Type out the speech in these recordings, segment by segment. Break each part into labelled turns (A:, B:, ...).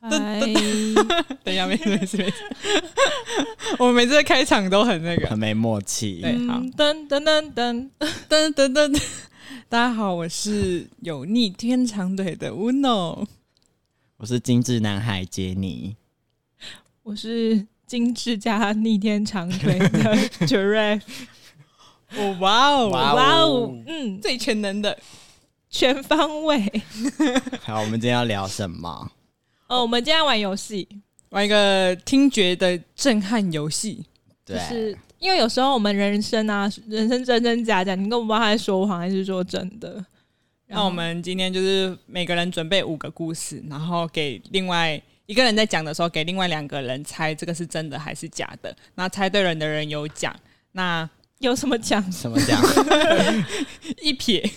A: 噔噔，等一下，没事没事没事。 我们每次的开场都很那个。
B: 很没默契。
A: 对，好，噔噔噔噔噔噔噔。大家好，我是有逆天长腿的 Uno，
B: 我是精致男孩杰尼，
A: 我是精致加逆天长腿 的 Giraffe。哦哇哦
B: 哇哦
A: 哇哦，嗯，最全能的，全方位。
B: 好，我们今天要聊什么？
C: 哦，我们今天玩游戏，
A: 玩一个听觉的震撼游戏。
C: 就
B: 对，
C: 是因为有时候我们人生啊，人生真真假假，你根本不知道他在说谎还是说真的。然
A: 那
C: 后
A: 我们今天就是每个人准备五个故事，然后给另外一个人在讲的时候，给另外两个人猜这个是真的还是假的。那猜对人的人有奖，那
C: 有什么讲？
B: 什么奖？
A: 一撇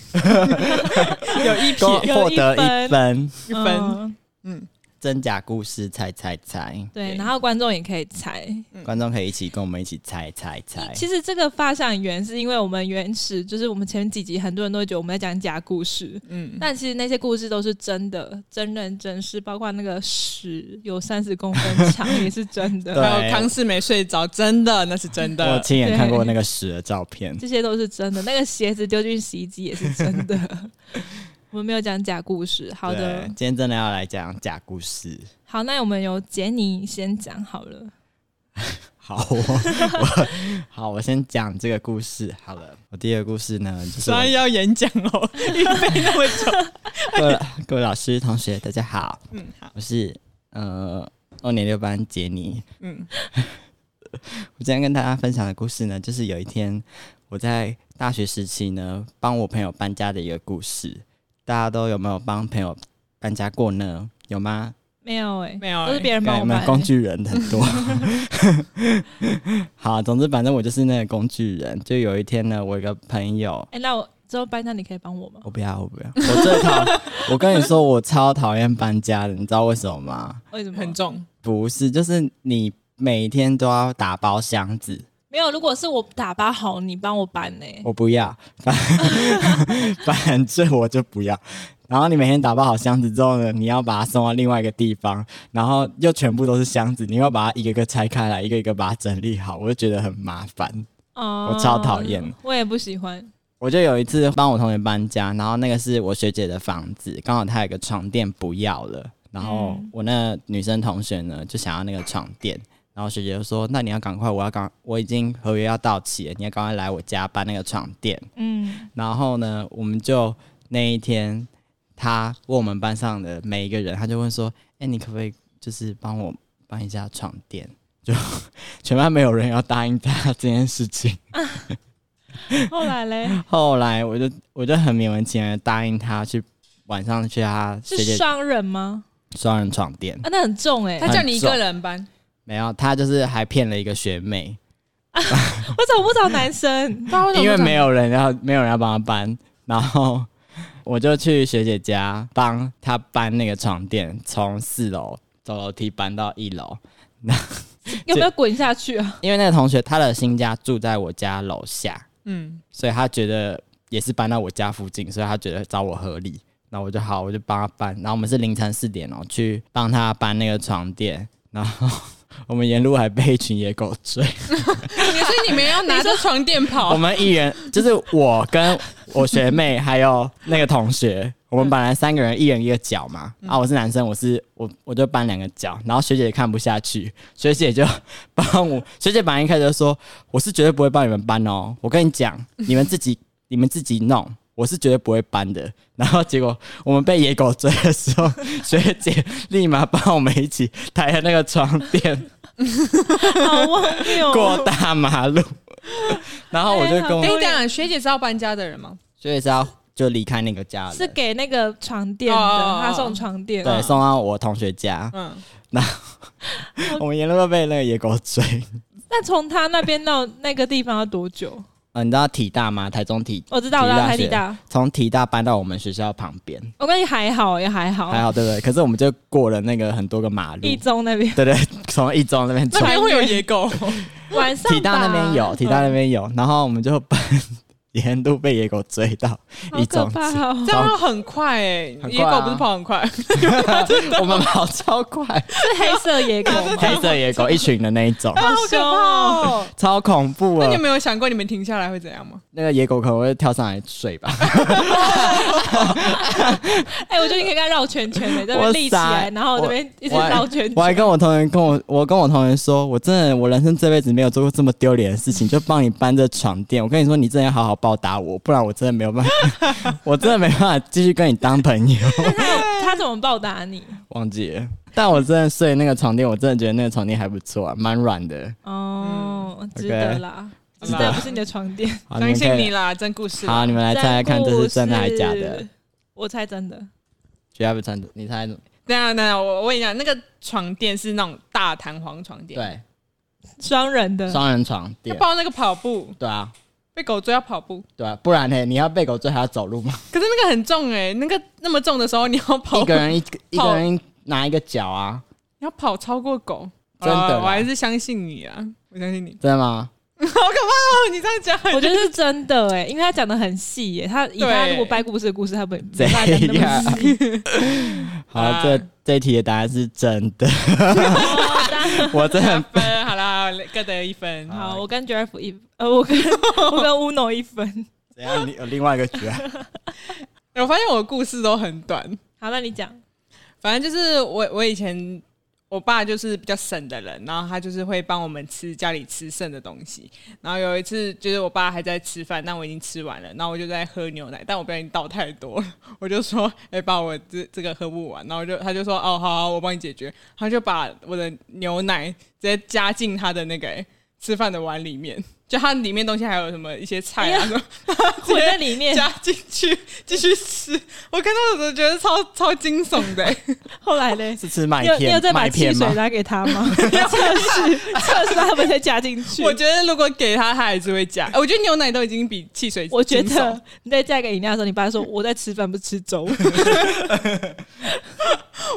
A: 有一
B: 多
A: 撇
B: 获得一
C: 一
B: 分，
A: 一分。
C: 嗯
A: 嗯，
B: 真假故事猜猜猜，
A: 对
C: 对，然后观众也可以猜。
A: 嗯
B: 观众可以一起跟我们一起猜猜猜。
C: 其实这个发想源是因为我们原始就是我们前几集很多人都会觉得我们在讲假故事，
A: 嗯，
C: 但其实那些故事都是真的，真人真事，包括那个屎有三十公分长也是真 的，
A: 还
B: 对
A: 有康氏没睡着，真的那是真
B: 我
A: 的。
B: 亲眼看过那个屎的照片，
C: 这些都是真的。那个鞋子丢进洗衣机也是真 的。我们没有讲假故事。好
B: 对
C: 的，
B: 今天真的要来讲假故事。
C: 好，那我们由杰尼先讲好了。
B: 好，我 我好，我先讲这个故事好了。我第一个故事呢，就是
A: 虽
B: 我
A: 然要演讲哦， 预备那么久。
B: 各位各位老师同学，大家好，
A: 嗯，好，
B: 我是呃二年六班杰尼，
A: 嗯，
B: 我今天跟大家分享的故事呢，就是有一天我在大学时期呢，帮我朋友搬家的一个故事。大家都有没有帮朋友搬家过呢？有吗？
C: 没有哎、
A: 没有欸
C: 都是别人帮
B: 看
C: 我
B: 有没
C: 买
B: 有。工具人很多。好，总之反正我就是那个工具人。就有一天呢，我有一个朋友，
C: 哎、那我之后搬家你可以帮我吗？
B: 我不要，我不要，我最讨，我跟你说，我超讨厌搬家的，你知道为什么吗？
C: 为什么？
A: 很重。
B: 不是，就是你每天都要打包箱子，
C: 没有，如果是我打包好，你帮我欸搬呢、
B: 我不要，反反正我就不要。然后你每天打包好箱子之后呢，你要把它送到另外一个地方，然后又全部都是箱子，你又把它一个个拆开来，一个一个把它整理好，我就觉得很麻烦。
C: 哦
B: 我超讨厌，
C: 我也不喜欢。
B: 我就有一次帮我同学搬家，然后那个是我学姐的房子，刚好她有个床垫不要了，然后
C: 嗯
B: 我那女生同学呢就想要那个床垫，然后学姐就说：“那你要赶快，我要赶，我已经合约要到期了，你要赶快来我家搬那个床垫。”
C: 嗯，
B: 然后呢，我们就那一天，他问我们班上的每一个人，他就问说：“哎、你可不可以就是帮我搬一下床垫？” 就全班没有人要答应他这件事情。
C: 后来嘞
B: 后来我就我就很勉为其难的答应他去晚上去他学
C: 是
B: 姐
C: 双人吗？
B: 双人床垫。
C: 啊，那很重哎、
A: 他
B: 很
A: 叫你一个
B: 重
A: 人搬，
B: 没有，他就是还骗了一个学妹，
C: 我怎么不找男 生？
B: 因为没有人要没有人要帮他搬，然后我就去学姐家帮她搬那个床垫，从四楼走楼梯搬到一楼。
C: 有没有滚下去啊？
B: 因为那个同学他的新家住在我家楼下，
A: 嗯，
B: 所以他觉得也是搬到我家附近，所以他觉得找我合理。那我就好，我就帮他搬。然后我们是凌晨四点哦、去帮他搬那个床垫，然后 我们沿路还被一群野狗追。
A: 所以你们要拿着床垫
B: 我
A: 跑，
B: 们一人就是我跟我学妹还有那个同学，我们本来三个人一人一个脚嘛，啊，我是男生，我是我我就搬两个脚，然后学姐也看不下去，学姐就 帮我，学姐本来一开始就说我是绝对不会帮你们搬哦，我跟你讲，你们自己你们自己弄。我是绝对不会搬的，然后结果我们被野狗追的时候， 学姐立马帮我们一起抬了那个床垫，
C: 好荒谬、哦！
B: 过大马路， 然后我就跟我
A: 跟你讲，学姐知道搬家的人吗？
B: 所以是要就离开那个家了，
C: 是嗯给那个床垫的，
A: 哦哦哦
C: 他送床垫。
B: 对送到我同学家，
A: 嗯，
C: 嗯
B: 我们沿路都被那个野狗追。
C: 那从他那边到那个地方要多久？
B: 呃，你知道体大吗？台中体，
C: 我知道，我
B: 体
C: 知
B: 育
C: 道
B: 大
C: 台
B: 学
C: 地大，
B: 从体大搬到我们学校旁边，
C: 我跟你还好，也还好，
B: 还好对不对？可是我们就过了那个很多个马路，
C: 哦一中那 边
B: 对对，从一中那边
A: 那
B: 冲。
A: 边会有野狗，
C: 晚上吧嗯
B: 体大那边有，体大那边有，然后我们就搬沿路被野狗追到
C: 好
B: 一
C: 可
B: 种子，
C: 怕 哦！
A: 这样要很快哎、
B: 很快啊
A: 野狗不是跑很快，
B: 我们跑超快，
C: 是黑色野 狗吗
B: 黑色野狗一群的那一种，
A: 好可怕哦！
B: 超恐怖
A: 那你
B: 了
A: 有。没有想过你们停下来会怎样吗？
B: 那个野狗可能会跳上来睡吧，
C: 哎、我觉得你可以跟他绕圈圈的，这边
B: 我
C: 立起来，
B: 傻
C: 然后这边一直
B: 我还
C: 绕圈
B: 我还
C: 圈。
B: 跟我同学跟我我跟我同学说，我真的我人生这辈子没有做过这么丢脸的事情，就帮你搬这床垫。我跟你说，你真的要好好报答我，不然我真的没有办法， 我真的没办法继续跟你当朋友。
C: 他怎么报答你？
B: 忘记了，但我真的睡那个床垫，我真的觉得那个床垫还不错、啊，蛮软的。
C: 哦，值
B: OK
C: 得啦，
A: 值
C: 值
A: 得
C: 得不是你的床垫。
B: 好
A: 相信你
B: 了。
A: 啦，真故事啦。
B: 啊好，你啊们来猜猜看，这是真的还是假的？？
C: 我猜真的。
B: 绝对不真的，你猜怎么？
A: 等一下等一下，我我问一下，那个床垫是那种大弹簧床垫，
B: 对，
C: 双人的，
B: 双人床
A: 要
B: 垫。
A: 抱那个跑步，
B: 对啊，
A: 被狗追要跑步，
B: 对啊，不然呢？你要被狗追还要走路吗？
A: 可是那个很重哎、那个那么重的时候，你要跑
B: 一，个人一一个人拿一个脚啊？
A: 你要跑超过狗，
B: 真的啦
A: 好啦我还是相信你啊，我相信你。
B: 真的吗？
A: 哦，你这样讲，
C: 我觉得是真的哎、因为他讲的很细耶、他以他
A: 对
C: 如果掰故事的故事，他不会
B: 怎
C: 没办法讲那
B: 样
C: 么 细。
B: 好，
A: 啊
B: 这这一题的答案是真的，
C: 哦当然
B: 我真
A: 加
B: 的
A: 分，好啦，各得一分。
B: 啊
C: 好，我跟 Jeff 一，呃，我跟 我跟 Uno 一分。
B: 怎样？你有另外一个局啊？
A: 我发现我的故事都很短，
C: 好，那你 讲。
A: 反正就是我我以前我爸就是比较省的人，然后他就是会帮我们吃家里吃剩的东西。然后有一次就是我爸还在吃饭，但我已经吃完了，然后我就在喝牛奶，但我不小心倒太多了， 我就说：“哎、爸，我这这个喝不完。”然后就他就说：“哦，好好，我帮你解决。”他就把我的牛奶直接加进他的那个、哎吃饭的碗里面。就它里面东西还有什么一些菜啊，
C: 哎呀
A: 什么
C: 混在里面，
A: 加进去继续吃， 我看到我都觉得超超惊悚的、哎
C: 后来嘞，
B: 是吃麦
C: 你有你有
B: 片
C: 再把
B: 麦
C: 汽
B: 片吗
C: 水？拿给他吗？ 测试测试他们再加进去。
A: 我觉得如果给他，他还是会 加。我觉得牛奶都已经比汽水，
C: 我觉得 你在加一个饮料的时候，你爸说我在吃饭不吃粥，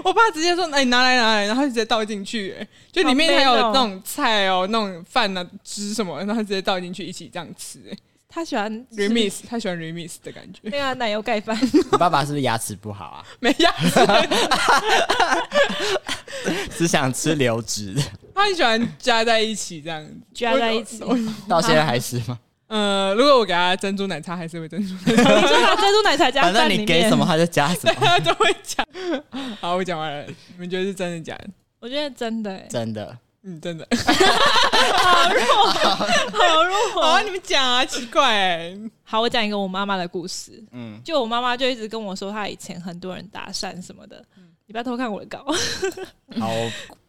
A: 我爸直接说：“哎、拿来拿来。”然后他就直接倒进去、哎就里面还有
C: 好 man 哦
A: 那种菜哦、那种饭啊、汁什么，然后他直接倒进去一起这样吃、哎
C: 他喜欢吃
A: remix，他喜欢 remix 的感觉，
C: 对啊奶油盖 饭，
B: 你爸爸是不是牙齿不好啊？
A: 没呀？
B: 只想吃流 质的，
A: 他很喜欢加在一起这样子，
C: 加在一起。
A: 我。我
B: 到现在还是吗？
A: 呃，如果我给他珍珠奶茶，还是会珍珠奶
C: 你说把珍珠奶茶加
B: 反正
C: 饭里
B: 你
C: 面，
B: 给什么？他就加什
A: 茶，
B: 么，
A: 他都会加。好，我讲完了，你们觉得是真的假的？
C: 我觉得真的 欸，
B: 真的。
A: 嗯，真的。
C: 好入
A: 好 啊，你们讲啊，奇怪、哎
C: 好，我讲一个我妈妈的故事。
B: 嗯，
C: 就我妈妈就一直跟我说，她以前很多人搭讪什么的，
B: 嗯
C: 你不要偷看我的稿。
B: 好，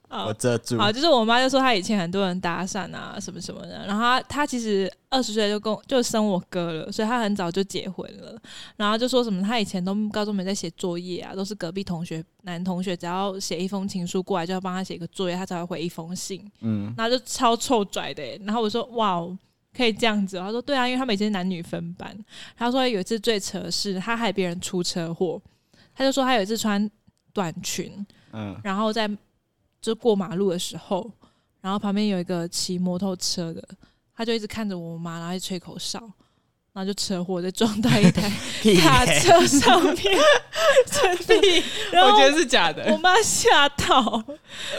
C: 好
B: 我遮住。
C: 好，就是我妈就说她以前很多人搭讪啊，什么什么的。然后她她其实二十岁就跟我就生我哥了，所以她很早就结婚了。然后就说什么她以前都高中没在写作业啊，都是隔壁同学男同学只要写一封情书过来，就要帮他写一个作业，他才会回一封信。
B: 嗯，
C: 然后就超臭拽的欸、然后我说哇哦。可以这样子哦、他说对啊，因为他们以前是男女分班。他说有一次最扯的是，他害别人出车祸。他就说他有一次穿短裙，
B: 嗯，
C: 然后在就过马路的时候，然后旁边有一个骑摩托车的，他就一直看着我妈，然后一直吹口哨，然后就车祸再撞到一 台
B: 屁
C: 卡
B: 嘞
C: 车上面，真的。然
A: 我
C: 后
A: 觉得是假的
C: 我。妈吓到，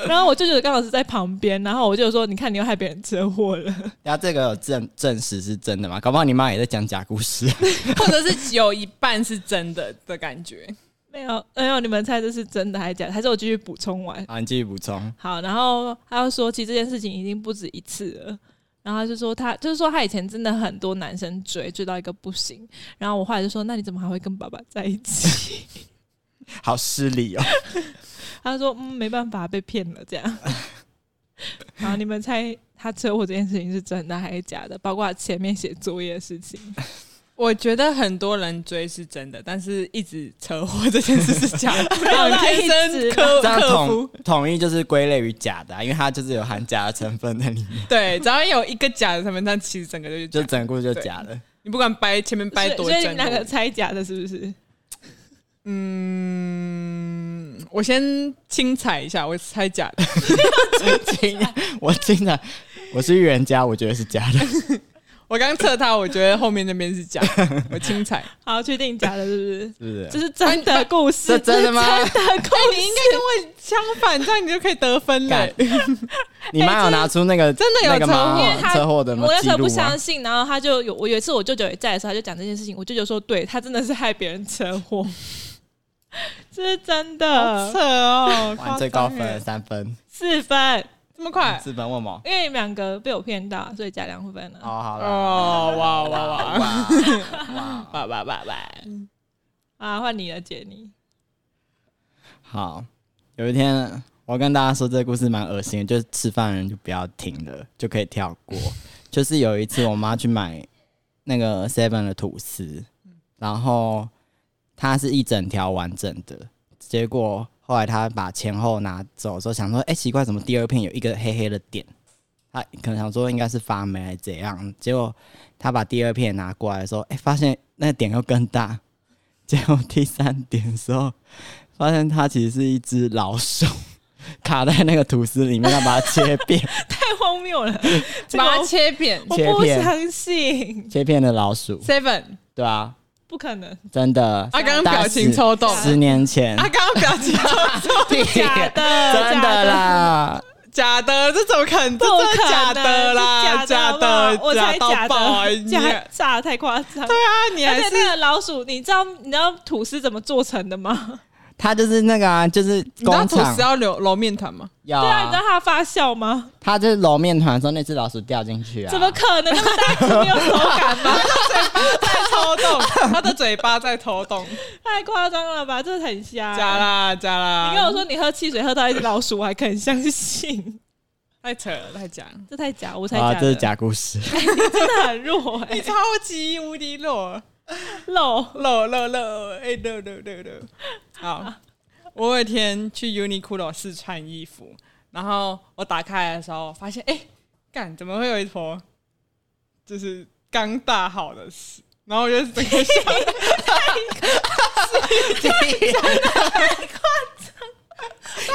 C: 然后我舅舅刚好是在旁边，然后我就说：“你看，你又害别人车祸了。
B: 然后这个有证证实是真的吗？搞不好你妈也在讲假故事。
A: 或者是有一半是真的的感觉。”
C: 没有，没有，你们猜这是真的还是假的？还是我继续补充完？
B: 好，你继续补充。
C: 好，然后他又说，其实这件事情已经不止一次了。然后他就说他，就是说他以前真的很多男生追，追到一个不行。然后我后来就说，那你怎么还会跟爸爸在一起？
B: 好失 礼哦，
C: 他说，嗯，没办法，被骗了这样。然后你们猜他车祸这件事情是真的还是假的？包括前面写作业的事 情，
A: 我觉得很多人追是真的，但是一直车祸这件事是假的，
C: 有啦
A: 天
C: 一直
A: 生
C: 啦
A: 克
B: 这样
A: 克
B: 统
A: 服。
B: 统一就是归类于假的啊、因为它就是有含假的成分在里面，
A: 对，只要有一个假的成分，但其实整个就是
B: 就
A: 假的。
B: 整个故事就假的。
A: 你不管掰前面
C: 所
A: 掰
C: 以
A: 多
C: 所以你
A: 真
C: 们两个
A: 多，
C: 猜假的，是不是？
A: 嗯，我先清彩一下，我猜假的。
B: 我经常，我经常，我是预言家，我觉得是假的。
A: 我刚测他，我觉得后面那边是假的， 我轻踩。
C: 好，确定假的， 是
B: 是
C: 不
B: 不
C: 是？
B: 是？
C: 这是真的故事，
A: 哎
B: 这真的吗
C: 这是真的故
A: 你
C: 事
A: 应。该跟我相反，这样你就可以得分了
B: 干。你妈有拿出 那个
A: 真的有
B: 那个吗
A: 车祸
C: 因为他
B: 啊车祸的吗
C: 我那时候不
B: 记录啊吗
C: 相信，然后他就有我有一次我舅舅也在的时候，他就讲这件事情，我舅舅说对他真的是害别人车祸， 这是真
A: 好扯
C: 的，
A: 哦，
B: 玩最高
A: 夸张耶
B: 分，三分，
C: 四分，
A: 这么快
B: 四分问我。
C: 因为你们两个被我骗到，所以加两分啊了。
B: 哦，好了，
A: 哦，哇哇哇
B: 哇哇，
A: 哇哇哇哇！
C: 啊，换你了，姐你，
B: 好，有一天我要跟大家说这个故事蛮恶心的，就是吃饭的人就不要听了，就可以跳过。就是有一次我妈去买那个 Seven 的吐司，然后它是一整条完整的，结果后来她把前后拿走之后，想说，哎、奇怪，怎么第二片有一个黑黑的点？她可能想说应该是发霉还是怎样，结果她把第二片拿过来的时候，哎、发现那个点又更大。结果第三点的时候，发现它其实是一只老鼠， 卡在那个吐司里面，要把它切 片，
C: 太荒谬了，这个
A: 把它
C: 我
A: 切扁
B: 切
C: 我不
B: 片
C: 相信，
B: 切片的老鼠，
A: ，seven。
B: 对啊，
C: 不可能，
B: 真的。
A: 阿刚刚表情抽动，
B: 十年前，
A: 阿刚刚表情抽动，
C: 假的， 假
B: 真的啦，
A: 假的，这怎么可能？
C: 不
A: 这真的
C: 可
A: 假的啦，
C: 能，假
A: 假
C: 的好不好我才
A: 到
C: 假
A: 爆啊！
C: 的，
A: 你
C: 假
A: 啊，
C: 炸太夸张。
A: 你
C: 而
A: 还
C: 且
A: 是
C: 那个老鼠，你知道你知道吐司怎么做成的吗？
B: 它就是那个啊，就是
A: 你知道
B: 工
A: 吐
B: 厂
A: 司啊要揉揉面团吗？
B: 要
C: 对啊，你知
B: 啊
C: 道，它发酵吗？
B: 它就是揉面团的时候，那只老鼠掉进去啊，
C: 怎么可能那么大只没有手感 吗？
A: 在抽动，他的嘴巴在抽动，
C: 太夸张了吧，这很瞎、
A: 假！啦假啦！
C: 你跟我说你喝汽水喝到一只老鼠，我还肯相信，
A: 太扯了，太假了，
C: 这太假，我才假
B: 啊，
C: 的，
B: 这是假故 事。
C: 真的很弱哎、
A: 你超级无敌弱，
C: 漏
A: 弱弱弱，哎弱弱弱弱。好，我有一天去 Uniqlo 试穿衣服，然后我打开来的时候发现，哎、干怎么会有一坨就是刚大好的屎？然后我就整个笑，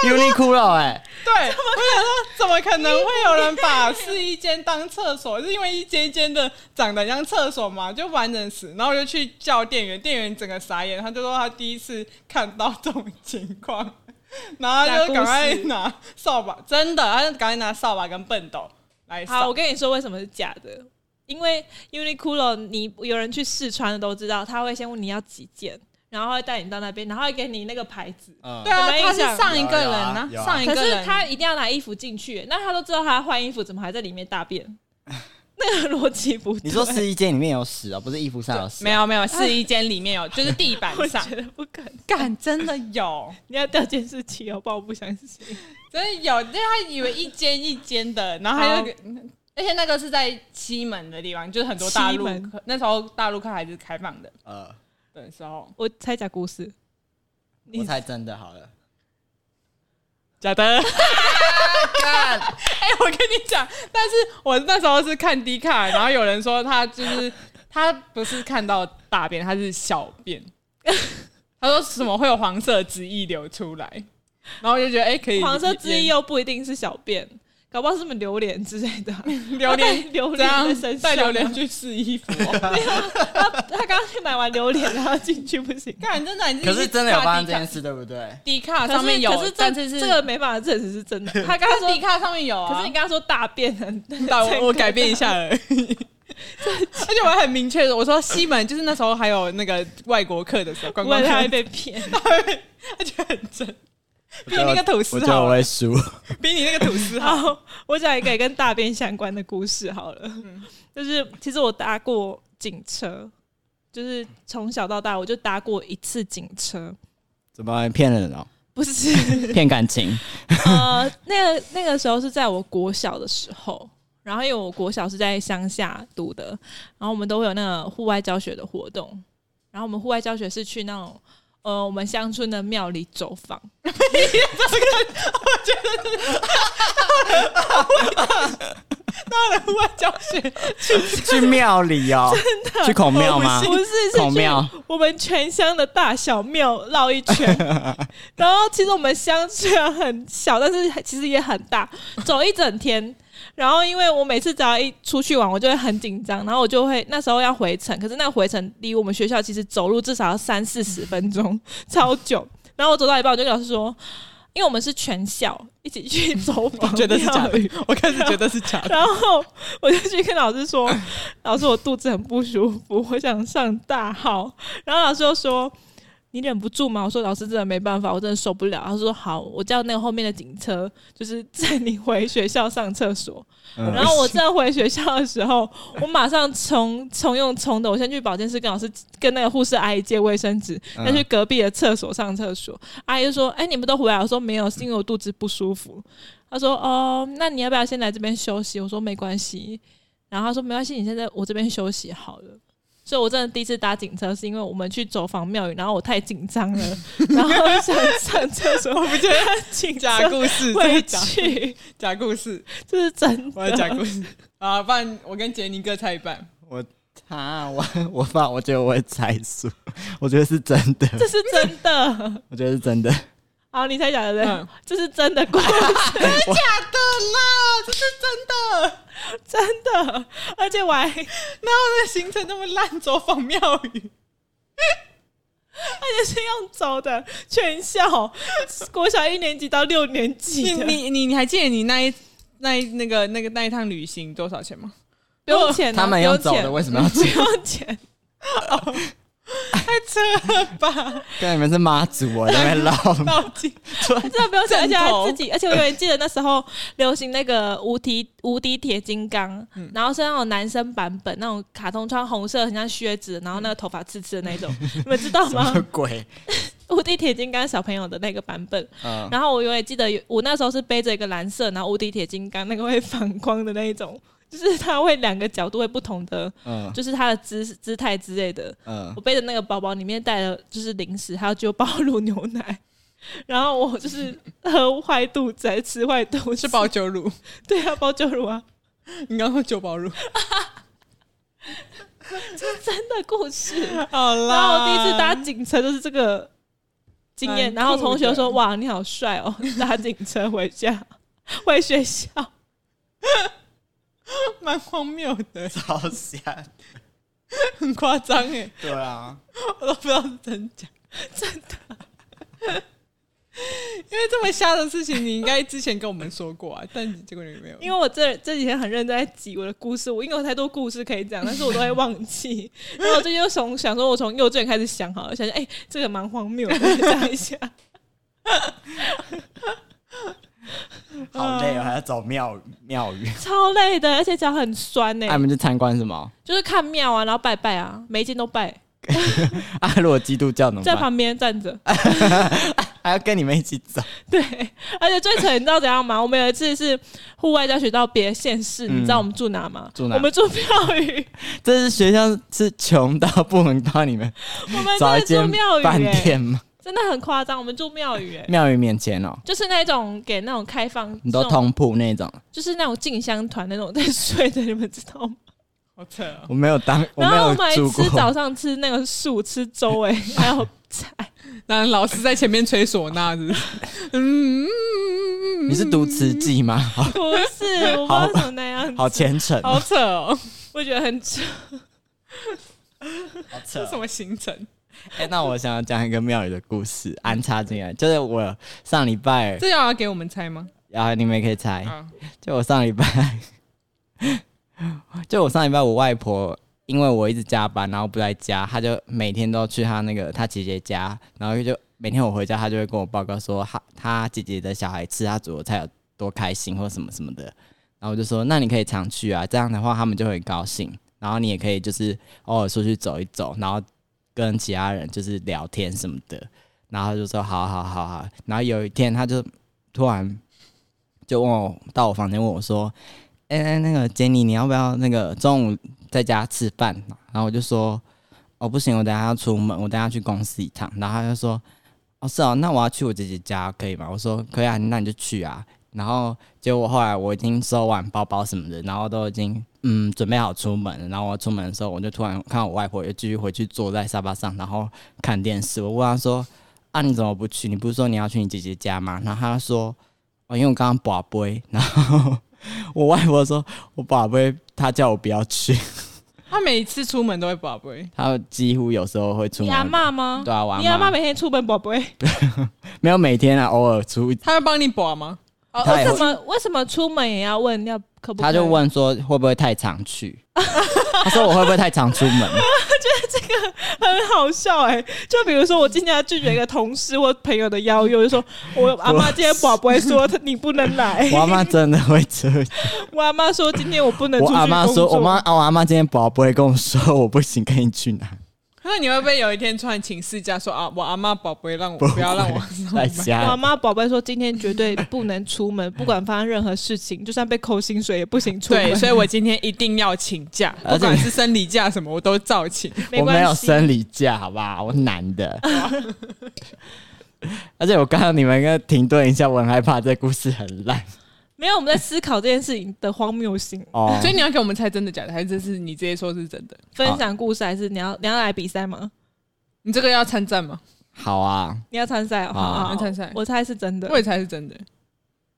B: Uniqlo 哎，
A: 对，我想说，怎么可能会有人把试衣间当厕所？是因为一间一间的长得像厕所嘛，就完整死。然后我就去叫店员，店员整个傻眼，他就说他第一次看到这种情况， 然后他就赶快拿扫把，真的，他就赶快拿扫把跟笨斗来
C: 好，
A: 扫
C: 我。跟你说为什么是假的，因为 Uniqlo 你有人去试穿的都知道，他会先问你要几件，然后会带你到那边，然后会给你那个牌子。
B: 嗯
A: 对啊，
C: 有没有
A: 他
C: 印象
A: 是上一个人呐、
B: 有啊有啊
A: 上一
C: 可
A: 个
C: 是
A: 人，
C: 他一定要拿衣服进去，那他都知道他换衣服，怎么还在里面大便？ 那个逻辑不对。
B: 你说试衣间里面有屎哦，不是衣服上有屎哦，
A: 没有没有试衣间里面有，就是地板
C: 我
A: 上
C: 觉，得不可能，
A: 干真的有。
C: 你要调监视器哦，不然我不相信。
A: 真的有，因为他以为一间一间的，然后他就，而且那个是在西门的地方，就是很多大陆
C: 西门
A: 客，那时候大陆客还是开放的
B: 呃，
A: 的时候，
C: 我猜假故事，
B: 我猜真的好了。
A: 假的。 哎、我跟你讲，但是我那时候是看迪卡，然后有人说他就是他不是看到大便，他是小便， 他说什么会有黄色汁液流出来，然后我就觉得哎、可以
C: 黄色之一
A: 有
C: 又不一定是小便，搞不好是什么榴莲之类的啊、
A: 榴莲
C: 带 榴
A: 这样
C: 莲在身
A: 带
C: 上啊，
A: 榴莲去试衣服、哦，
C: 他刚去买完榴 莲，然后进去不行。
A: 干真的，你自己
B: 可是真的有
A: 去查
B: 发生
A: 迪
B: 这
A: 卡
B: 件事，对不对？
A: 迪卡
C: 可
A: 上面
C: 是
A: 有，
C: 可是
A: 但
C: 这
A: 是
C: 这
A: 是
C: 个没办法证实是真 的。他
A: 他
C: 刚
A: 刚
C: 刚
A: 刚
C: 说，
A: 迪卡上面有啊，
C: 可是 你刚刚说大便很，
A: 但我我改变一下而已。而且我还很明确的，我说西门就是那时候还有那个外国客的时候，观光
C: 问
A: 客
C: 他会被 骗。
A: 他觉得很真，比你那个吐司
B: 我觉得
A: 好
B: 我
A: 了，
B: 会输。
A: 比你那个吐 司好。
C: 好，我讲一个也跟大便相关的故事好了，
A: 嗯
C: 就是其实我搭过警车，就是从小到大我就搭过一次警车，
B: 怎么骗人哦？
C: 不是
B: 骗感情？
C: 呃，那个那个时候是在我国小的时候，然后因为我国小是在乡下读的，然后我们都会有那个户外教学的活动，然后我们户外教学是去那种呃我们乡村的庙里走访，
A: 那人外教学，
B: 去庙里哦？去孔庙吗？
C: 不是是
B: 孔庙
C: 去我们全乡的大小庙绕一圈，然后其实我们乡虽然很小，但是其实也很大，走一整天。然后因为我每次只要一出去玩，我就会很紧张，然后我就会那时候要回程，可是那个回程离我们学校其实走路至少要三四十分钟， 超久。然后我走到一半，我就跟老师说，因为我们是全校一起去走 访
A: 觉得是假
C: 庙宇
A: 的，我开始觉得是假 的。
C: 然后我就去跟老师说：“老师，我肚子很不舒服，我想上大号。”然后老师就说：“你忍不住吗？”我说：“老师，真的没办法，我真的受不了。”他说：“好，我叫那个后面的警车，就是载你回学校上厕所。
B: 嗯
C: 然后我正回学校的时候，我马上冲冲用冲的，我先去保健室跟老师跟那个护士阿姨借卫生纸，
B: 嗯
C: 再去隔壁的厕所上厕所。阿姨就说：“哎、你们都回来？”我说：“没有，是因为我肚子不舒服。”她说：“哦，那你要不要先来这边休息？”我说：“没关系。”然后她说：“没关系，你现在我这边休息好了。”所以，我真的第一次搭警车，是因为我们去走访庙宇，然后我太紧张了，然后想上厕所，我不 觉得紧
A: 假故事，这
C: 回
A: 是假
C: 去，
A: 假故事，
C: 这是真
A: 我要
C: 的。
A: 假 故事啊！不然我跟杰尼各猜一半。
B: 啊，我我发，我觉得我会猜数， 我觉得是真的，
C: 这是真 的。
B: 我觉得是真的。
C: 好，你猜假的对不对？
A: 嗯
C: 这是真的故事，
A: 假的啦， 这是真的。
C: 真的，而且我还，而
A: 然后那行程那么烂，走访庙宇，
C: 且是用走的，全校国小一年级到六年级
A: 你
C: 的，
A: 你你你还记得你那一那一那个那个那一趟旅行多少钱 吗？
C: 不用钱啊，
B: 他们
C: 不
B: 要
C: 用
B: 走
C: 钱
B: 的，为什么要
C: 不用钱，
A: 太扯了吧！
B: 跟你们是妈祖我在那边唠？
A: 报警，
C: 真的 不用钱，而且
A: 枕头
C: 还自己，而且我永远记得那时候流行那个无敌无敌铁金刚，然后是那种男生版本，那种卡通穿红色很像靴子，然后那个头发刺刺的那 种，你们知道
B: 什
C: 吗
B: 么？鬼？
C: 无敌铁金刚小朋友的那个版本，
B: 嗯，
C: 然后我永远记得有，我那时候是背着一个蓝色，然后无敌铁金刚那个会反光的那一种， 就是它会两个角度会不同的，
B: 嗯
C: 就是它的姿姿态之类的。
B: 嗯
C: 我，背着那个包包，里面带了就是零食，还有九宝乳牛奶。 然后我就是喝坏肚子，还吃坏肚子，
A: 是包酒乳，
C: 对啊，包酒乳啊，
A: 你刚说酒包乳。
C: 真的故事。
A: 好啦，
C: 然后我第一次搭警车就是这个经验，
A: 蛮酷的
C: 然后同学说：“哇，你好帅哦，搭警车回家， 回学校。”
A: 蛮荒谬的，
B: 超吓。
A: 很夸张哎，
B: 对啊，
A: 我都不知道是真假，真的。 因为这么瞎的事情，你应该之前跟我们说过啊，但结果你没有。
C: 因为我这这几天很认真在记我的故事，我因为有太多故事可以讲，但是我都会忘记。 然后我最近又从想说，我从幼稚园开始想好了，想想哎、这个蛮荒谬的，想一下。嗯
B: 好累哦，还要走庙庙宇。
C: 超累的，而且脚很酸呢、
B: 啊，你们去参观什么？
C: 就是看庙啊，然后拜拜啊，每一间都拜，
B: 啊，如果基督教怎么
C: 在
B: 办？
C: 旁边站着。
B: 还要跟你们一起走？
C: 对，而且最扯，你知道怎样吗？我们有一次是户外教学到别的县市，
B: 嗯
C: 你知道我们住哪吗？
B: 住哪
C: 我们住庙宇，
B: 这是学校是穷到不能帮你们
C: 我们
B: 找
C: 真
B: 一
C: 的
B: 间
C: 住庙宇、
B: 饭
C: 欸，
B: 店吗？
C: 真的很夸张，我们住庙宇、欸，
B: 庙宇免钱哦，
C: 就是那种给那种开放，
B: 你都
C: 这种
B: 通铺那种。
C: 就是那种进香团那种在睡的，你们知道吗？
A: 好扯哦，
B: 我没有当， 我
C: 然
B: 没
C: 后我
B: 有
C: 们还
B: 住
C: 吃早
B: 过。
C: 上吃那个素吃粥哎、还有菜，
A: 那老师在前面吹唢呐，是不是？嗯，
B: 你是读慈济吗？好
C: 不是我不知道怎么那样
B: 好
C: 子，
B: 虔诚哦，
A: 好扯哦，
C: 我觉得很扯。
B: 好扯
A: 这什么行程？
B: 哎、那我想要讲一个庙宇的故事，安插进来，就是我上礼拜，
A: 这要给我们猜吗？
B: 然后你们也可以猜，
A: 啊，
B: 就我上礼拜，就我上礼拜，我外婆因为我一直加班，然后不在家，她就每天都去她那个她姐姐家，然后就每天我回家，她就会跟我报告说，她她姐姐的小孩吃她煮的菜有多开心或什么什么的，然后我就说，那你可以常去啊，这样的话他们就会很高兴，然后你也可以就是偶尔出去走一走，然后跟其他人就是聊天什么的，然后她就说好好好好，然后有一天她就突然就问我到我房间问我说：“哎、哎那个杰尼，你要不要那个中午在家吃饭？”然后我就说：“哦，不行，我等一下要出门，我等一下去公司一趟。”然后他就说：“哦，是哦，那我要去我姐姐家，可以吗？”我说：“可以啊，那你就去啊。”然后结果后来我已经收完包包什么的，然后都已经嗯准备好出门了。然后我出门的时候，我就突然看到我外婆又继续回去坐在沙发上，然后看电视。我问她说：“啊，你怎么不去？你不是说你要去你姐姐家吗？”然后她说：“哦，因为我刚刚拔杯，然后我外婆说，我宝贝她叫我不要去，
A: 他每一次出门都会宝贝，
B: 她几乎有时候会出
C: 你
B: 门。
C: 阿妈吗？
B: 对啊，我
C: 你阿
B: 阿
C: 妈
B: 妈
C: 每天出门宝贝，
B: 没有每天啊，偶尔出，
A: 他会帮你拔吗？
C: 哦
B: 她
C: 为
B: 也
C: 什么为什么出门也要问要可不可以？
B: 她就问说会不会太常去。她说我会不会太常出门？
C: 很好笑哎、就比如说我今天要拒绝一个同事或朋友的邀约，我就说 我阿妈今天宝不会说她你不能来，
B: 我阿妈真的会这样。
C: 我阿妈说今天我不能出
B: 我
C: 去
B: 阿妈说，
C: 工作
B: 我妈啊我阿妈今天宝不会跟我说我不行，跟你去哪？
A: 那你会不会有一天突然请事假说啊，我阿妈宝贝让我
B: 不
A: 不要让
B: 会
A: 我
B: 在
C: 我阿
B: 家，
C: 妈宝贝说今天绝对不能出门，不管发生任何事情，就算被扣薪水也不行出门。
A: 对，所啊以我今天一定要请假，
B: 而且
A: 不管是生理假什么，我都照请。
C: 没
B: 我没有
C: 关系。
B: 生理假，好不好？我男的。 而且我刚刚你们应该停顿一下，我很害怕这故事很烂
C: 没有，我们在思考这件事情的荒谬性。
B: 哦。
A: 所以你要给我们猜真的假的，还是这是你直接说是真的？
C: 分享故事还是你要你要来比赛吗？
A: 你这个要参战吗？
B: 好啊，
C: 你要参赛哦？好
B: 好
C: 好好
A: 你参赛
C: 我猜是真的。
A: 我也猜是 真的。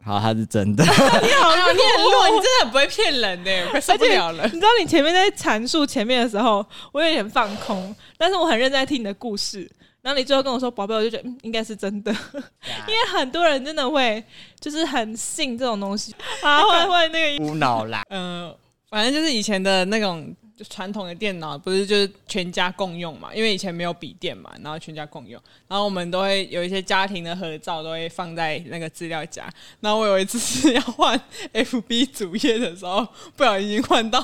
B: 好，他是真的。
A: 你好，你很弱，你真的很不会骗人呢、我快受不了了。
C: 你知道你前面在阐述前面的时候，我有点放空，但是我很认真在听你的故事。然后你最后跟我说“宝贝”，我就觉得、嗯、应该是真的，因为很多人真的会就是很信这种东西啊，会会那个
B: 无脑啦，
A: 嗯、反正就是以前的那种就传统的电脑，不是就是全家共用嘛？因为以前没有笔电嘛，然后全家共用，然后我们都会有一些家庭的合照都会放在那个资料夹。然后我有一次是要换 FB 主页的时候，不小心换到，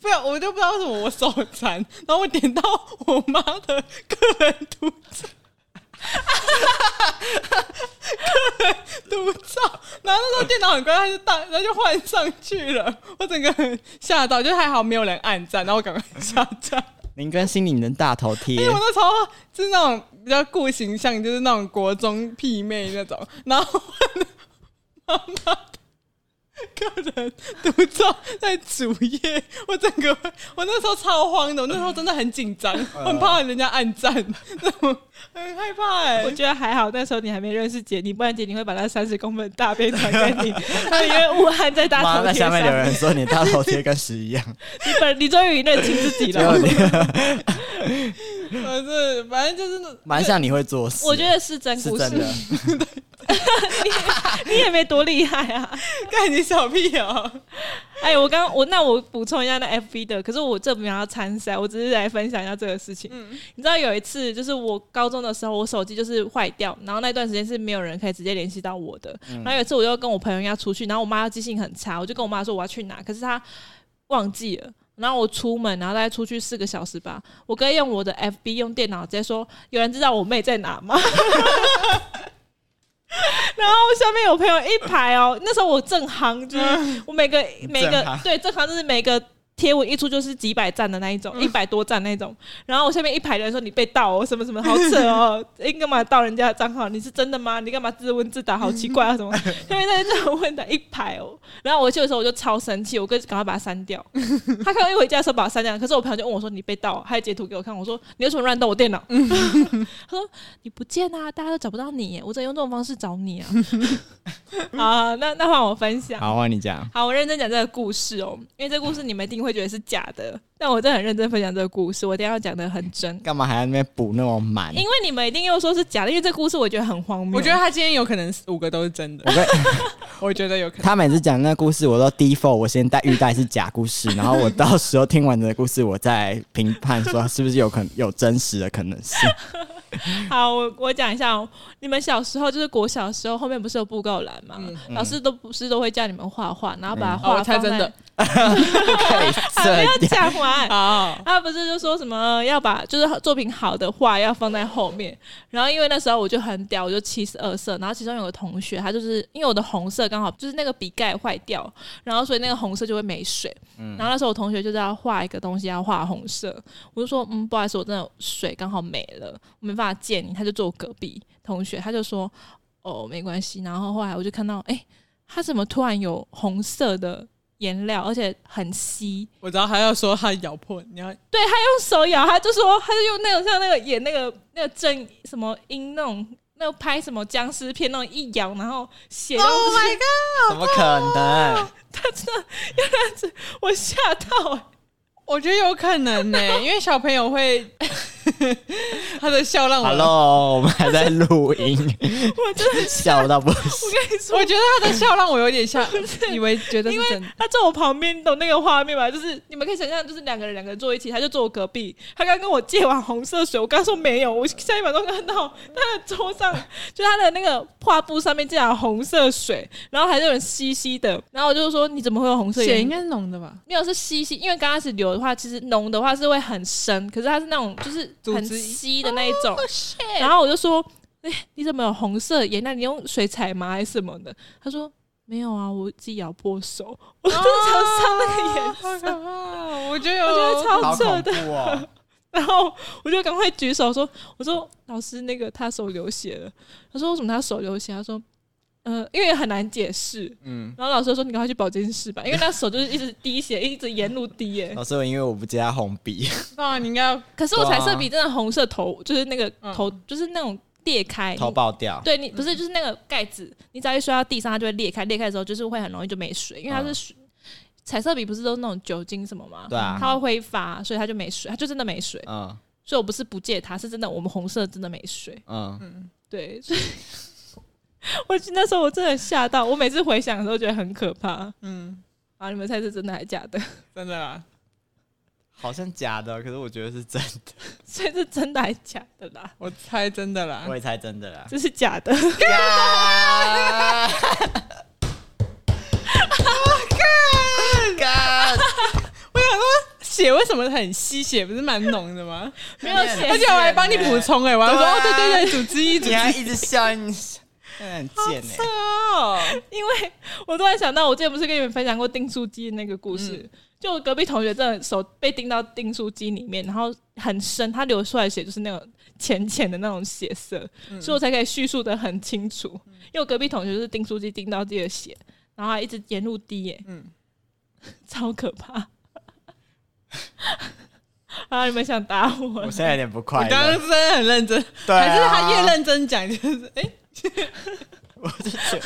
A: 不要我就不知道为什么我手残，然后我点到我妈的个人图 照。独照，然后那时候电脑很乖，它就大，它就换上去了。 我整个很吓到，就还好没有人按赞，然后我赶快下站。
B: 您跟心灵人大头贴
A: 因为 我那时候就是那种比较顾形象，就是那种国中屁妹那种，然后换了妈妈的个人独照在主页，我整个我那时候超慌的，我那时候真的很紧张，很怕人家按赞， 那种很害怕哎、
C: 我觉得还好，那时候你还没认识姐，你不然姐你会把那三十公分的大便传给你，那你会误按在大
B: 妈
C: 头
B: 在
C: 贴
B: 下
C: 上。
B: 面有人说你大头贴跟屎一 样，
C: 你本你终于认清自己
B: 结果
C: 了。
B: 你
A: 我是反正就是那
B: 蛮像你会做事。
C: 我觉得是真
B: 是
C: 故
B: 真
C: 事，
B: 的，
C: 你也没多厉害啊。
A: 干你小屁哦、
C: 哎，我刚我那我补充一下那 FB 的，可是我这没有要参赛，我只是来分享一下这个事情。你知道有一次，就是我高中的时候，我手机就是坏掉，然后那段时间是没有人可以直接联系到我的。
B: 嗯
C: 然后有一次，我就跟我朋友要出去，然后我妈记性很差，我就跟我妈说我要去哪，可是她忘记了。然后我出门，然后大概出去四个小时吧。我哥用我的 FB 用电脑直接说：“有人知道我妹在哪吗？” 然后下面有朋友一排哦，那时候我正行，就是我每个每
B: 嗯正
C: 个
B: 夯
C: 对正行就是每个贴文一出就是几百赞的那一种，
B: 嗯
C: 一百多赞那种。然后我下面一排人说你被盗哦，什么什么，好扯 哦，你干嘛盗人家的账号？你是真的吗？你干嘛自问自答？好奇怪啊， 什么？下面那些这种问答一排哦。然后我回去的时候我就超生气，我哥赶快把它删掉。 他看到一回家的时候把它删掉，可是我朋友就问我说你被盗哦，他还截图给我看，我说你为什么乱动我电脑？ 他说你不见啊，大家都找不到你耶，我只能用这种方式找你啊。 啊，那那换我分享。
B: 好，换你讲。
C: 好，我认真讲这个故事哦，因为这故事你们一定会觉得是假的，但我真的很认真分享这个故事，我一定要讲的很真，
B: 干嘛还在那边补那么满
C: 因？为你们一定又说是假的，因为这故事我觉得很荒谬。
A: 我觉得他今天有可能五个都是真的，
B: 我跟
A: 我觉得有可能。
B: 他每次讲那个故事，我都 default，我先带预带是假故 事，然后我到时候听完的故事，我再评判说是不是有可能有真实的可能性。
C: 好，我我讲一下、哦，你们小时候就是国小的时候，后面不是有布告栏嘛，老师都不是都会叫你们画画，然后把
A: 嗯哦，
C: 画、
A: 我猜真的，
B: 可以
C: 还没有
B: 这样，
C: 讲完，
A: 啊，
C: 他不是就说什么要把就是作品好的话要放在后面，然后因为那时候我就很屌，我就七十二色，然后其中有个同学他就是因为我的红色刚好就是那个笔盖坏掉， 然后所以那个红色就会没水，然后那时候我同学就是要画一个东西要画红色，我就说嗯不好意思，我真的水刚好没了，我没办法借你，他就坐我隔壁同学，他就说哦没关系，然后后来我就看到哎、他怎么突然有红色的颜料，而且很稀。
A: 我知道他要说他咬破，你 要
C: 对他用手咬，他就说他就用那种像那个演那个那个正什么音那种那那个拍什么僵尸片那种一咬，然后血都
A: Oh my god！
B: 怎么可能？
C: 他真的要那样子，我吓到、欸。
A: 我觉得有可能呢、 因为小朋友会 他的笑让我
B: Hello，我们还在录音，
C: 我真的，
B: 笑到不
C: 我
B: 行。
C: 跟你说
A: 我，觉得他的笑让我有点 像，以为觉得是
C: 因为
A: 真的。
C: 他坐我旁边，你懂那个画面吧？就是你们可以想象，就是两个人两个人坐一起，他就坐我隔壁。他刚跟我借完红色水，我刚说没有，我下一秒钟看到他的桌上，就他的那个画布上面竟然有红色水，然后还有人稀稀的。然后我就说你怎么会有红色
A: 血
C: 眼
A: 应
C: 影？
A: 该是浓的吧？
C: 没有是稀稀，因为刚开始流的话，其实浓的话是会很深，可是它是那种就是
A: 组
C: 很
A: 织
C: 稀的那一种。然
A: 然后
C: 后我就说：“哎、你怎么有红色眼？那你用水彩吗？还是什么的？”他说：“没有啊，我自己咬破手。” 我就想
A: Oh，
C: 上那个眼
A: 好
C: 色，
A: 可怕！Oh 我觉得
C: 我觉得
A: 有，
C: 超扯的。
B: 怖哦！
C: 然后我就赶快举手说：“我说老师，那个他手流血了。”他说：“为什么他手流血？”他说：“呃，因为很难解释。”
B: 嗯，
C: 然后老师就说：“你赶快去保健室吧，因为他手就是一直滴血，一直沿路滴
A: 哎
C: 耶、
B: 老哦师，因为我不接他红笔，
A: 当然你应该要
C: 可是我彩色
B: 对啊
C: 笔真的红色头，就是那个
A: 嗯
C: 头，就是那种裂
A: 哎
C: 开，
B: 头爆掉。
C: 对你不是就是那个盖子，你只要一摔到地上，它就会裂开，裂开之后就是会很容易就没水，因为它是水。彩色笔不是都是那种酒精什么吗？
B: 嗯对啊
C: 它会挥发，所以它就没水，它就真的没水。
B: 嗯
C: 所以我不是不借它，是真的，我们红色真的没水。
B: 嗯，
C: 对，所以 我那时候我真的吓到，我每次回想的时候觉得很可怕。
A: 嗯，
C: 啊，你们猜是真的还是假的？
A: 真的啦。
B: 好像假的，可是我觉得是真的。
C: 所以是真的还是假的啦？
A: 我猜真的啦
B: 我，也猜真的 啦。啊
C: 这是假的，
A: Oh
B: 干！干！
A: 血为什么很稀？血不是蛮浓的 吗？
C: 没 有写。
A: 而且我还帮你补充哎，我还说
B: 对啊
A: 哦，对对对，组织一组
B: 你还一直笑，你很贱哎。
A: 哦，
C: 因为 我突然想到，我之前不是跟你们分享过订书机的那个故事，就我隔壁同学真的手被钉到订书机里面，然后很深，他流出来的血就是那种浅浅的那种血色，所以我才可以叙述的很清楚。因为我隔壁同学就是订书机钉到自己的血，然后还一直沿路滴耶、
A: 嗯
C: 超可怕。 啊！你们想打我
B: 我？现在有点不
A: 我
B: 快
A: 刚刚
B: 乐。
A: 真的很认真，
B: 对啊，
A: 还是他越认真讲，就是哎，
B: 我就觉得，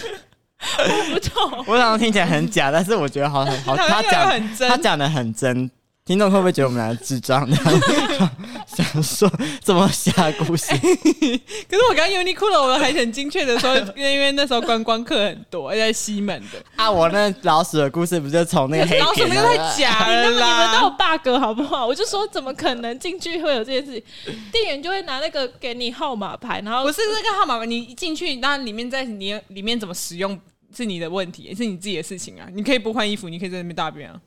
C: 我不懂。
B: 我好像听起来很假，但是我觉得好像好，
A: 好像
B: 他讲
A: 很真
B: 他讲的很真。听众会不会觉得我们俩是智 障？ 然后想说这么瞎的故事，
A: 可是我刚 Uniqlo 我还很精确的说，因为因为那时候观光客很多，而且在西门的，
B: 啊，我那老鼠的故事不就从那个 黑 啊
A: 老鼠
B: 点
A: 那个太 假了
C: 你们都有
A: 啦，
C: bug 好不好？我就说怎么可能进去会有这件事情？店员就会拿那个给你号码牌，然后
A: 不是这个号码，你一进去，那里面在你里面怎么使用是你的问题，是你自己的事情啊，你可以不换衣服，你可以在那边 大便啊，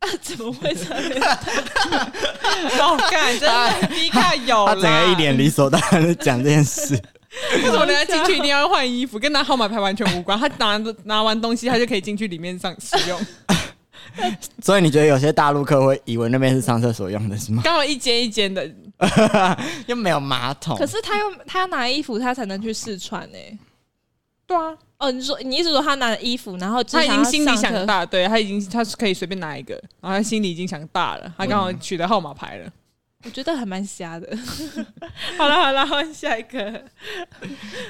C: 啊怎么会这样？
A: 好哦干，真的低卡有 啦
B: 他整个一脸理所当然的讲这件事，
A: 为什么人家进去一定要换衣服，跟拿号码牌完全无关，他拿着拿完东西，他就可以进去里面上使 用，
B: 所以你觉得有些大陆客会以为那边是上厕所用的 是吗？
A: 刚好一间一间的，
B: 又没有马桶，
C: 可是他要他要拿衣服，他才能去试穿呢、
A: 对啊，
C: 哦，你说你一直说他拿了衣服，然后只
A: 他已经哦
C: 要
A: 心里
C: 上课
A: 想，大，对他已经他是可以随便拿一个，然后他心里已经想大了，他刚好取得号码牌了。
C: 我觉得还蛮瞎的。好了好了，换下一个。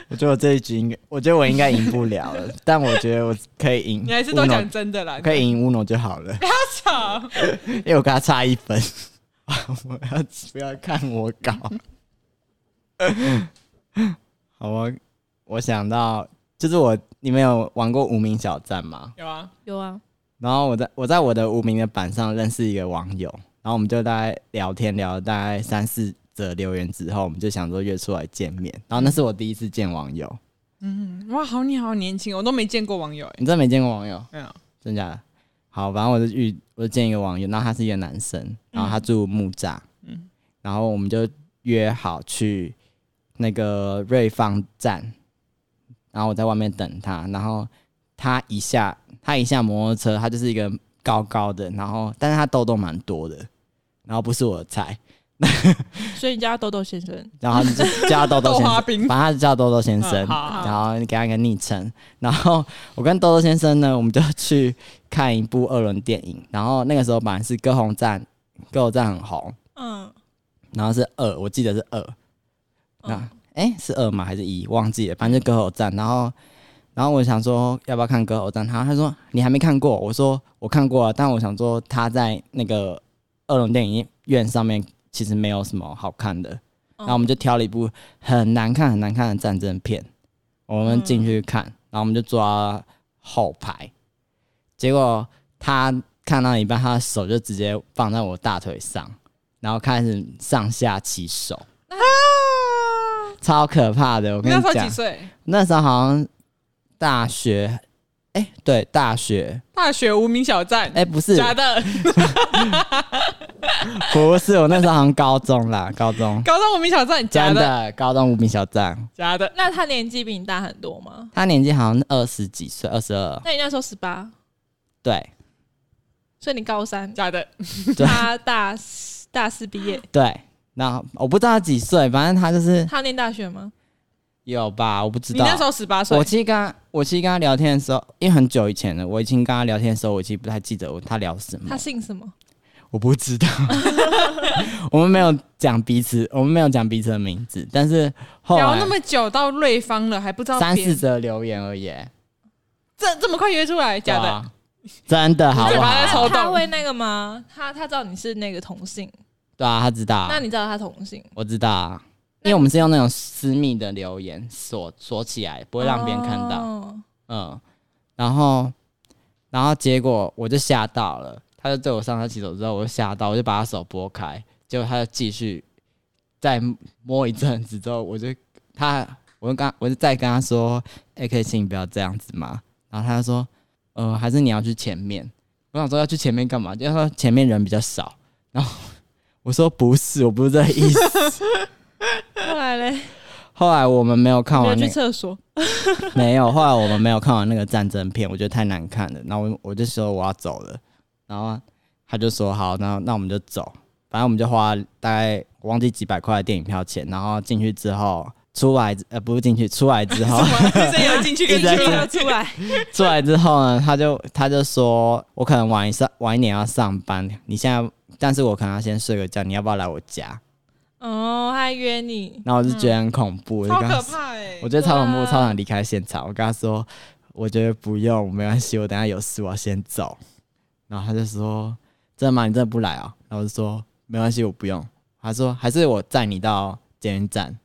B: 我觉得我这一局应该，我觉得我应该赢不了了， 但我觉得我可以赢。
A: 你还是都
B: Uno-
A: 讲真的啦，
B: 可以赢乌龙就好 了，
A: 不要吵。
B: 因为我跟他差一分。 我要不要看我搞？ 好啊，我想到就是我，你们有玩过无名小站吗？
A: 有啊，
C: 有啊，
B: 然后我在我在我的无名的版上认识一个网友，然后我们就大概聊天聊了大概三四则留言之后，我们就想说约出来见面。然后那是我第一次见网友，
A: 哇，好你好年轻，我都没见过网友哎、
B: 你真的没见过网友？
A: 没有，
B: 真假的？好，反正我就遇我就见一个网友，然后他是一个男生，然后他住木栅，嗯，然后我们就约好去那个瑞芳站，然后我在外面等他，然后他一下他一下摩托车，他就是一个高高的，然后但是他痘痘蛮多的，然后不是我的菜，
C: 所以你叫他豆豆先生。
B: 然后他就叫他豆豆
A: 豆
B: 先
A: 花
B: 生，
A: 冰
B: 反正他就叫豆豆先生，
A: 嗯好好
B: 然后给他一个昵称。然后我跟豆豆先生呢，我们就去看一部二轮电影。然后那个时候本来是歌红站，歌红站很红，
C: 嗯，
A: 嗯
B: 然后是二，我记得是二。那哎、哎是二吗还是一忘记了，反正就歌喉战，然后然后我想说要不要看歌喉战，他他说你还没看过，我说我看过了，啊但我想说他在那个二龙电影院上面其实没有什么好看的，
C: 嗯
B: 然后我们就挑了一部很难看很难看的战争片，我们进去看，
A: 嗯
B: 然后我们就坐到后排，结果他看到一半，他的手就直接放在我大腿上，然后开始上下其手，超可怕的。我跟
A: 你那
B: 你
A: 时候
B: 讲
A: 几，岁？
B: 那时候好像大学，哎、对，大学，
A: 大学无名小站，
B: 哎、不是，
A: 假的。
B: 不是，我那时候好像高中啦，高中，
A: 高中无名小站，假
B: 真
A: 的，
B: 的，高中无名小站，
A: 假的。
C: 那他年纪比你大很多吗？
B: 他年纪好像二十几岁，二十二，
C: 那你那时候十八，
B: 对
C: 所以你高三，
A: 假的，
B: 对
C: 他大四大四毕业，
B: 对。然后我不知道他几岁，反正他就是
C: 他有念大学吗？
B: 有吧，我不知
A: 你
B: 道。
A: 那时候十八岁
B: 我，其实跟他，我其实跟他聊天的时候，因为很久以前了，我已经跟他聊天的时候，我其实不太记得我他聊什么
C: 他，姓什么？
B: 我不知道。 我们没有讲彼此，我们没有讲彼此的名字，但是后
A: 聊
B: 来
A: 那么久到瑞芳了，还不知道
B: 三
A: 别
B: 四
A: 人
B: 则留言而已，
A: 这这么快约出来，假
B: 对
A: 的。
B: 啊，真的好不
A: 嘴巴在
B: 好？
C: 他
A: 抽好动
C: 他会那个吗？他他知道你是那个同性，
B: 对啊，他知道啊，
C: 那你知道他同性？
B: 我知道啊，
C: 那
B: 因为我们是用那种私密的留言锁锁起来，不
C: 不
B: 会让别人看到。
C: 哦
B: 嗯，然后，然后结果我就吓到了，他就对我上下其手之后，我就吓到，我就把他手拨开，结果他就继续再摸一阵子之后，我就他，我就跟他我就再跟他说，哎、可以请你不要这样子吗？然后他就说，呃，还是你要去前面。我想说要去前面干嘛？就他说前面人比较少。然后 我说不是，我不是这个意思。
C: 后来嘞，
B: 后来我们没有看
C: 没有
B: 完那
C: 去
B: 个
C: 厕所，
B: 没有，后来我们没有看完那个战争片，我觉得太难看了。然后我我就说我要走了，然后他就说好，那那我们就走。反正我们就花大概我忘记几百块的电影票钱，然后进去之后出来，呃，不是进去， 出来之后，
A: 这有进去跟
B: 一直在
A: 出
B: 听
A: 来
C: 要，出来，
B: 出来之后呢，他就他就说我可能晚一上晚一点要上班，你现在，但是我可能要先睡个觉，你要不要来我家？
C: 哦，他还约你，
B: 然后我就觉得很恐怖，我就
A: 超
B: 跟他
A: 可怕哎
B: 我！觉得超恐怖，
C: 对啊
B: 超想离开现场。我跟他说，我觉得不用，没关系，我等下有事，我要先走。然后他就说：“真的吗？你真的不来啊？”然后我就说：“没关系，我不用。”他说：“还是我载你到捷运站。”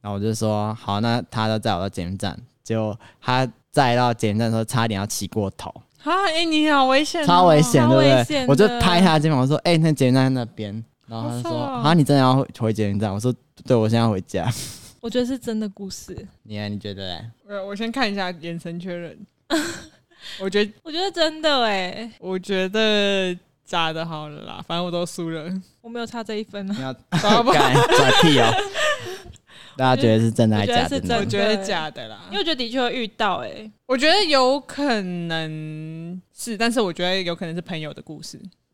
B: 然后我就说：“好，那他就载我到捷运站。”结果他载到捷运站的时候，差点要骑过头，
A: 啊，哎，你好危险哦，
B: 超危险，
C: 超
B: 对
C: 危
B: 不对
C: 险？的
B: 我就拍他的肩膀，我说：“哎、那捷运站在那边。”然后他就
A: 好
B: 说：“
C: 哦
A: 爽
B: 啊，你真的要回捷运站？”我说：“对，我现在要回家。
C: 我觉得是真的故事，
B: 你呢？你觉得嘞？
A: 我我先看一下眼神确认，我觉得
C: 我觉得真的哎，
A: 我觉得假的好了啦，反正我都输了，
C: 我没有差这一分啊呢，
B: 你要
A: 好不好？
B: 干转屁哦！大家觉得是真的还是假
C: 我觉得是
A: 我
B: 的
C: 真
B: 呢？
A: 觉得假的啦
C: 因为，我觉得的确会遇到哎，
A: 我觉得有可能是，但是我觉得有可能是朋友的故事，